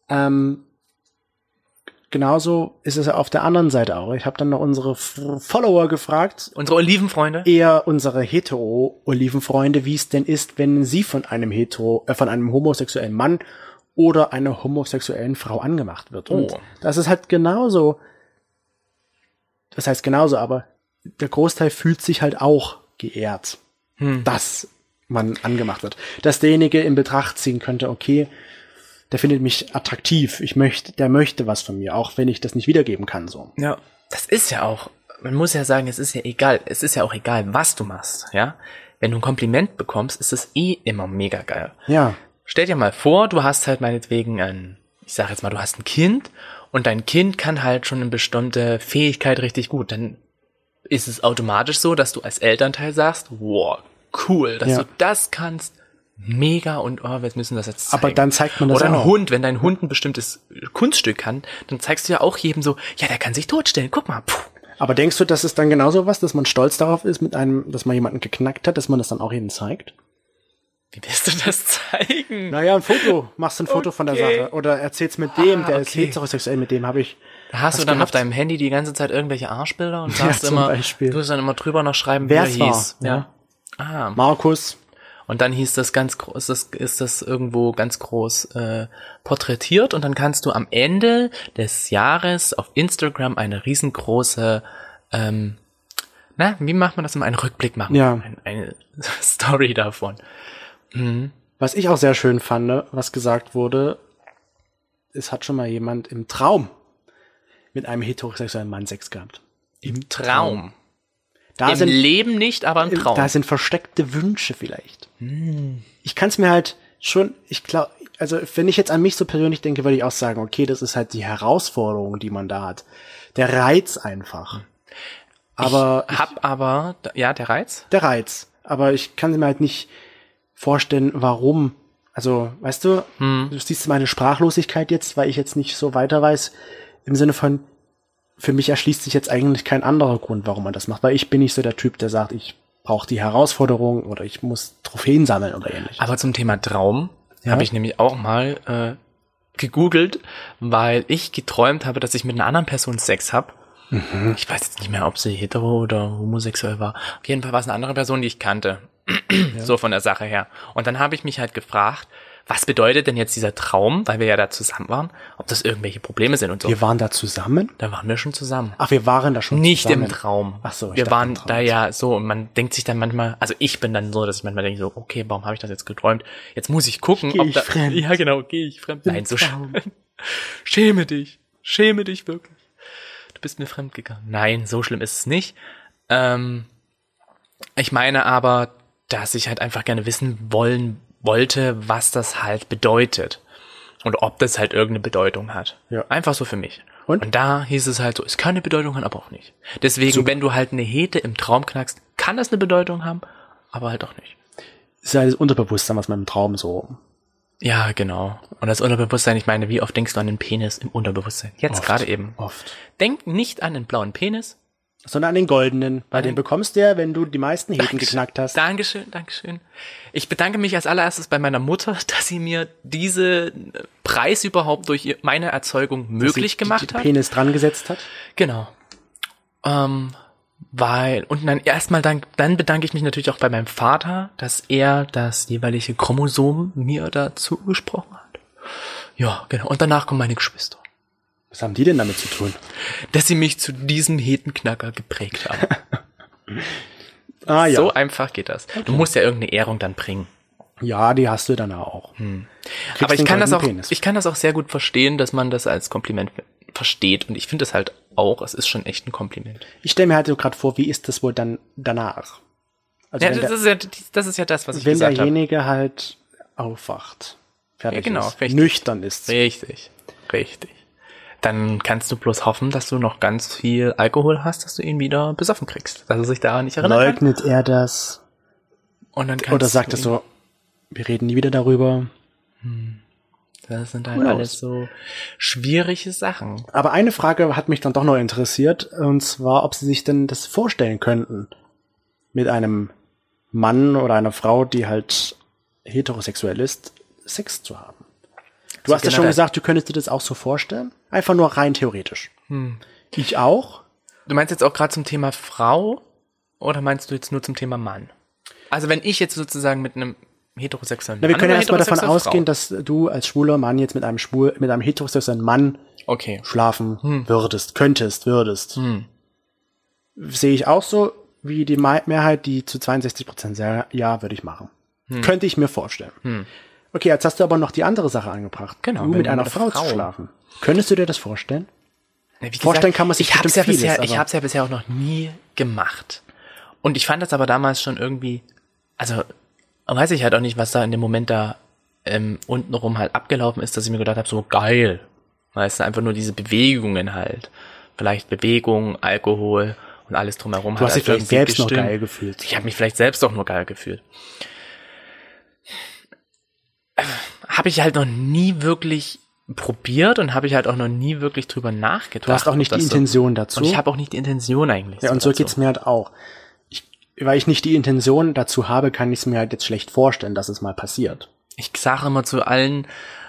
S4: ähm, genauso ist es ja auf der anderen Seite auch. Ich habe dann noch unsere F Follower gefragt,
S3: Unsere Olivenfreunde?
S4: eher unsere hetero-Olivenfreunde, wie es denn ist, wenn sie von einem hetero, äh, von einem homosexuellen Mann oder einer homosexuellen Frau angemacht wird. Und
S3: Oh.
S4: das ist halt genauso. Das heißt genauso, aber der Großteil fühlt sich halt auch geehrt, dass man angemacht wird. Dass derjenige in Betracht ziehen könnte, okay, der findet mich attraktiv. Ich möchte, der möchte was von mir, auch wenn ich das nicht wiedergeben kann, so.
S3: Ja, das ist ja auch, man muss ja sagen, es ist ja egal, es ist ja auch egal, was du machst, ja. Wenn du ein Kompliment bekommst, ist es eh immer mega geil.
S4: Ja.
S3: Stell dir mal vor, du hast halt meinetwegen ein, ich sag jetzt mal, du hast ein Kind und dein Kind kann halt schon eine bestimmte Fähigkeit richtig gut, dann ist es automatisch so, dass du als Elternteil sagst, wow, cool, dass
S4: Ja.
S3: du das kannst, mega und oh, wir müssen das jetzt zeigen.
S4: Aber dann zeigt man das
S3: Oder ein
S4: auch.
S3: Hund, wenn dein Hund ein bestimmtes Kunststück kann, dann zeigst du ja auch jedem so, ja, der kann sich totstellen, guck mal, puh.
S4: Aber denkst du, das ist dann genauso was, dass man stolz darauf ist, mit einem, dass man jemanden geknackt hat, dass man das dann auch jedem zeigt?
S3: Wie willst du das zeigen?
S4: Naja, ein Foto. Machst ein Foto von der
S3: Okay. Ah,
S4: Sache. Oder erzähl's mit dem, der ist
S3: okay.
S4: heterosexuell, mit dem habe ich.
S3: Da hast
S4: was
S3: du dann auf
S4: gehabt.
S3: deinem Handy die ganze Zeit irgendwelche Arschbilder und sagst
S4: zum
S3: immer,
S4: Beispiel.
S3: du musst dann immer drüber noch schreiben,
S4: Wer
S3: wer
S4: es war,
S3: hieß.
S4: ja.
S3: Ja. Ah,
S4: Markus.
S3: und dann hieß das ganz groß, ist das, ist das irgendwo ganz groß äh, porträtiert und dann kannst du am Ende des Jahres auf Instagram eine riesengroße, ähm, na, wie macht man das immer? Einen Rückblick machen.
S4: Ja.
S3: Ein, eine Story davon.
S4: Was ich auch sehr schön fand, was gesagt wurde, es hat schon mal jemand im Traum mit einem heterosexuellen Mann Sex gehabt.
S3: Im Traum.
S4: Da
S3: Im Leben nicht, aber im Traum.
S4: Äh, Da sind versteckte Wünsche vielleicht. Ich kann es mir halt schon, ich glaube, also wenn ich jetzt an mich so persönlich denke, würde ich auch sagen, okay, das ist halt die Herausforderung, die man da hat. Der Reiz einfach. Aber
S3: ich hab aber, ja, der Reiz?
S4: der Reiz. Aber ich kann mir halt nicht vorstellen, warum. Also, weißt du,
S3: Hm.
S4: du siehst meine Sprachlosigkeit jetzt, weil ich jetzt nicht so weiter weiß, im Sinne von, für mich erschließt sich jetzt eigentlich kein anderer Grund, warum man das macht, weil ich bin nicht so der Typ, der sagt, ich brauche die Herausforderung oder ich muss Trophäen sammeln oder ähnliches.
S3: Aber zum Thema Traum habe ich nämlich auch mal äh, gegoogelt, weil ich geträumt habe, dass ich mit einer anderen Person Sex habe. Ich weiß jetzt nicht mehr, ob sie hetero oder homosexuell war. Auf jeden Fall war es eine andere Person, die ich kannte. So von der Sache her. Und dann habe ich mich halt gefragt, was bedeutet denn jetzt dieser Traum, weil wir ja da zusammen waren, ob das irgendwelche Probleme sind und so.
S4: Wir waren da zusammen?
S3: da waren wir schon zusammen.
S4: Ach, wir waren da schon
S3: Nicht
S4: zusammen.
S3: im Traum.
S4: Ach so, ich
S3: wir
S4: dachte im
S3: waren
S4: Traum.
S3: da ja so und man denkt sich dann manchmal, also ich bin dann so, dass ich manchmal denke so, okay, warum habe ich das jetzt geträumt? Jetzt muss ich gucken,
S4: Geh
S3: ob
S4: ich
S3: da,
S4: fremd?
S3: ja genau, gehe ich fremd. Nein, so
S4: Traum.
S3: schlimm. Schäme dich, schäme dich wirklich. Du bist mir fremd gegangen. Nein, so schlimm ist es nicht. Ähm, ich meine aber, dass ich halt einfach gerne wissen wollen wollte, was das halt bedeutet und ob das halt irgendeine Bedeutung hat.
S4: Ja.
S3: Einfach so für mich.
S4: Und?
S3: Und? da hieß es halt so, es kann eine Bedeutung haben, aber auch nicht. Deswegen, wenn du halt eine Hete im Traum knackst, kann das eine Bedeutung haben, aber halt auch nicht.
S4: Ist ja das Unterbewusstsein, was man im Traum so.
S3: Ja, genau. Und das Unterbewusstsein, ich meine, wie oft denkst du an den Penis im Unterbewusstsein? Jetzt
S4: Oft.
S3: gerade eben.
S4: Oft.
S3: Denk nicht an den blauen Penis.
S4: Sondern an den goldenen, weil den
S3: Nein.
S4: bekommst du ja, wenn du die meisten Heten geknackt hast.
S3: Dankeschön, Dankeschön. Ich bedanke mich als allererstes bei meiner Mutter, dass sie mir diese äh, Preis überhaupt durch ihr- meine Erzeugung möglich
S4: die- die-
S3: gemacht
S4: die
S3: hat.
S4: Penis dran gesetzt hat.
S3: Genau. Ähm, weil, und dann erstmal dank, dann bedanke ich mich natürlich auch bei meinem Vater, dass er das jeweilige Chromosom mir da zugesprochen hat. Ja, genau. Und danach kommen meine Geschwister.
S4: Was haben die denn damit zu tun?
S3: Dass sie mich zu diesem Hetenknacker geprägt haben.
S4: Ah ja.
S3: So einfach geht das. Du musst ja irgendeine Ehrung dann bringen.
S4: Ja, die hast du dann auch. Kriegst
S3: Hm. Aber ich
S4: den
S3: kann das auch,
S4: goldenen Penis.
S3: ich kann das auch sehr gut verstehen, dass man das als Kompliment versteht. Und ich finde das halt auch, es ist schon echt ein Kompliment.
S4: Ich stelle mir halt so gerade vor, wie ist das wohl dann danach? Also
S3: Ja,
S4: wenn,
S3: das,
S4: der,
S3: ist ja, das ist ja das, was ich
S4: wenn
S3: gesagt habe.
S4: derjenige halt aufwacht, fertig
S3: Ja, genau,
S4: ist,
S3: richtig.
S4: nüchtern ist.
S3: Richtig, richtig. Dann kannst du bloß hoffen, dass du noch ganz viel Alkohol hast, dass du ihn wieder besoffen kriegst, dass er sich daran nicht erinnert. hat.
S4: Leugnet er das?
S3: Und dann kannst
S4: Oder sagt
S3: du
S4: er so, wir reden nie wieder darüber?
S3: Das sind halt
S4: Who knows?
S3: alles so schwierige Sachen.
S4: Aber eine Frage hat mich dann doch noch interessiert, und zwar, ob sie sich denn das vorstellen könnten. Mit einem Mann oder einer Frau, die halt heterosexuell ist, Sex zu haben. Du
S3: So
S4: hast
S3: Also
S4: ja schon
S3: generell.
S4: gesagt, du könntest dir das auch so vorstellen. Einfach nur rein theoretisch.
S3: Hm.
S4: Ich auch.
S3: Du meinst jetzt auch gerade zum Thema Frau oder meinst du jetzt nur zum Thema Mann? Also wenn ich jetzt sozusagen mit einem heterosexuellen
S4: Na, wir
S3: Mann
S4: können
S3: oder
S4: erstmal davon
S3: heterosexuellen Frau-
S4: ausgehen, dass du als schwuler Mann jetzt mit einem, schwul, mit einem heterosexuellen Mann
S3: Okay.
S4: schlafen
S3: Hm.
S4: würdest, könntest, würdest. Sehe ich auch so wie
S3: Hm.
S4: die Mei- Mehrheit, die zu 62 Prozent sagen, ja, würde ich machen. Könnte ich mir vorstellen. Okay, jetzt hast du aber noch die andere Sache angebracht.
S3: Genau,
S4: Du
S3: wenn
S4: mit
S3: du
S4: einer
S3: mit
S4: Frau,
S3: einer Frau-
S4: zu schlafen. Könntest du dir das vorstellen?
S3: Na, wie
S4: Vorstellen kann man sich
S3: ich hab's
S4: bestimmt
S3: ja
S4: vieles,
S3: bisher, Ich
S4: aber-
S3: habe es ja bisher auch noch nie gemacht. Und ich fand das aber damals schon irgendwie, also weiß ich halt auch nicht, was da in dem Moment da ähm, untenrum halt abgelaufen ist, dass ich mir gedacht habe, so geil. Weißt du, einfach nur diese Bewegungen halt. Vielleicht Bewegung, Alkohol und alles drumherum.
S4: Du hast dich
S3: halt
S4: vielleicht
S3: irgendwie
S4: selbst noch
S3: gestimmt.
S4: geil gefühlt.
S3: Ich habe mich vielleicht selbst auch nur geil gefühlt. Habe ich halt noch nie wirklich probiert und habe ich halt auch noch nie wirklich drüber nachgedacht.
S4: Du hast auch
S3: ob
S4: nicht die
S3: das so-
S4: Intention dazu.
S3: Und ich habe auch nicht die Intention eigentlich.
S4: Ja, und so
S3: dazu.
S4: geht's mir halt auch. Ich, weil ich nicht die Intention dazu habe, kann ich es mir halt jetzt schlecht vorstellen, dass es mal passiert.
S3: Ich sage immer zu allen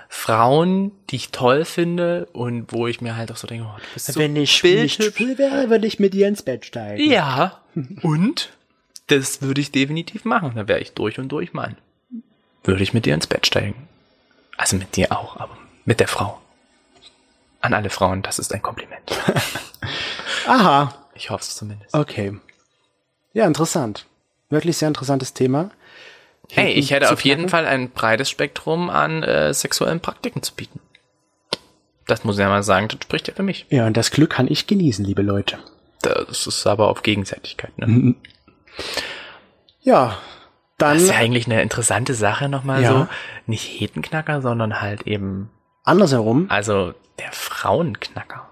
S3: Frauen, die ich toll finde und wo ich mir halt auch so denke, oh, du bist so bildhübsch.
S4: wäre, würde ich mit dir ins Bett steigen.
S3: Ja, und das würde ich definitiv machen. Da wäre ich durch und durch Mann. Würde ich mit dir ins Bett steigen. Also mit dir auch, aber mit der Frau. An alle Frauen, das ist ein Kompliment.
S4: Aha,
S3: Ich hoffe es zumindest.
S4: okay. Ja, interessant. Wirklich sehr interessantes Thema.
S3: Hey, ich hätte
S4: zu
S3: auf jeden
S4: knacken.
S3: Fall ein breites Spektrum an äh, sexuellen Praktiken zu bieten. Das muss ich ja mal sagen, das spricht ja für mich.
S4: Ja, und das Glück kann ich genießen, liebe Leute.
S3: Das ist aber auf Gegenseitigkeit. Ne?
S4: Mhm. Ja, dann
S3: Das ist ja eigentlich eine interessante Sache nochmal
S4: Ja.
S3: so. Nicht Hetenknacker, sondern halt eben
S4: andersherum
S3: Also der Frauenknacker.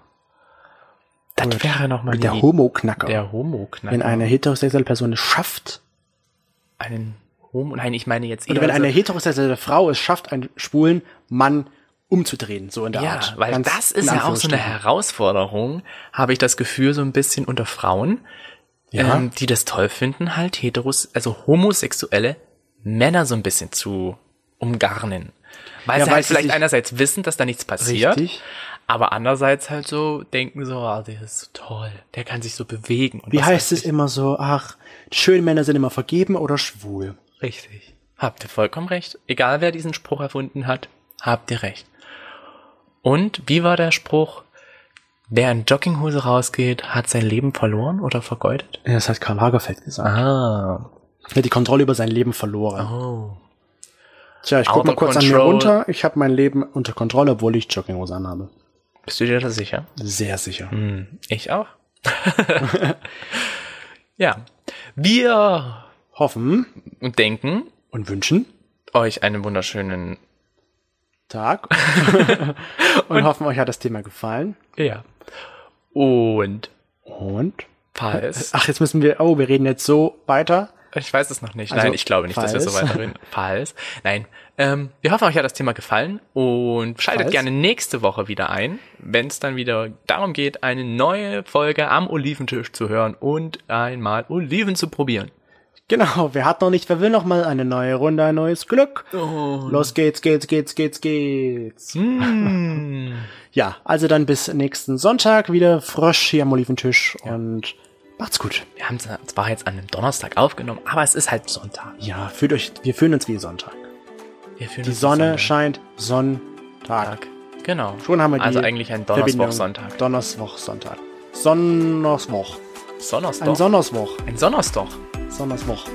S3: Das
S4: Gut.
S3: wäre nochmal
S4: mit der Homo-Knacker.
S3: Der Homoknacker.
S4: wenn eine heterosexuelle Person es schafft,
S3: einen Homo. Nein, ich meine jetzt eher.
S4: oder wenn eine
S3: so,
S4: heterosexuelle Frau es schafft, einen schwulen Mann umzudrehen, so in der
S3: ja,
S4: Art.
S3: weil
S4: Ganz
S3: das ist
S4: in
S3: ja auch so eine
S4: Anführungsstrichen.
S3: Herausforderung, habe ich das Gefühl, so ein bisschen unter Frauen,
S4: Ja.
S3: ähm, die das toll finden, halt heteros, also homosexuelle Männer so ein bisschen zu umgarnen. Weil
S4: Ja,
S3: sie
S4: weil
S3: halt
S4: sie
S3: vielleicht
S4: sich-
S3: einerseits wissen, dass da nichts passiert,
S4: Richtig.
S3: aber andererseits halt so denken so, ah, der ist so toll, der kann sich so bewegen. Und
S4: Wie
S3: was
S4: heißt
S3: weiß
S4: es immer so? Ach, schöne Männer sind immer vergeben oder schwul.
S3: Richtig. Habt ihr vollkommen recht. Egal wer diesen Spruch erfunden hat, habt ihr recht. Und wie war der Spruch? Wer in Jogginghose rausgeht, hat sein Leben verloren oder vergeudet?
S4: Das hat Karl Lagerfeld gesagt.
S3: Ah.
S4: Er hat die Kontrolle über sein Leben verloren.
S3: Oh.
S4: Tja, ich guck
S3: Out
S4: mal
S3: of
S4: kurz an mir
S3: control.
S4: runter. Ich habe mein Leben unter Kontrolle, obwohl ich Jogginghose anhabe.
S3: Bist du dir da sicher?
S4: Sehr sicher.
S3: Hm, ich auch. ja. Wir
S4: Hoffen
S3: und denken
S4: und wünschen.
S3: euch einen wunderschönen.
S4: Tag. und, hoffen, euch hat das Thema gefallen.
S3: Ja. Und
S4: Und?
S3: falls.
S4: Ach, jetzt müssen wir. Oh, wir reden jetzt so weiter.
S3: Ich weiß es noch nicht.
S4: Also,
S3: Nein, ich glaube nicht, dass wir so
S4: falls.
S3: weiterhin. Falls. Nein. Ähm, wir hoffen, euch hat das Thema gefallen und schaltet
S4: Falls.
S3: gerne nächste Woche wieder ein, wenn es dann wieder darum geht, eine neue Folge am Oliventisch zu hören und einmal Oliven zu probieren.
S4: Genau, wer hat noch nicht, wer will noch mal eine neue Runde, ein neues Glück. Los geht's, geht's, geht's, geht's, geht's.
S3: Hm.
S4: Ja, also dann bis nächsten Sonntag wieder frisch hier am Oliventisch und macht's gut.
S3: Wir haben es zwar jetzt an einem Donnerstag aufgenommen, aber es ist halt Sonntag.
S4: Ja, fühlt euch, wir fühlen uns wie Sonntag.
S3: Wir fühlen
S4: Die
S3: uns
S4: Sonne
S3: Sonntag.
S4: scheint Sonntag.
S3: Genau.
S4: Schon haben wir die
S3: Also eigentlich ein Donnerstag-Sonntag.
S4: Donnerswoch-Sonntag. Sonnerswoch. Ein
S3: Sonnerstoch.
S4: Sonnerswoch.
S3: Ein Sonnerstoch.
S4: Sonnerswoch.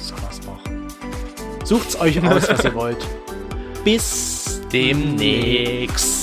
S3: Sonnerstoch.
S4: Sucht's euch aus, was ihr wollt. Bis
S3: Demnächst.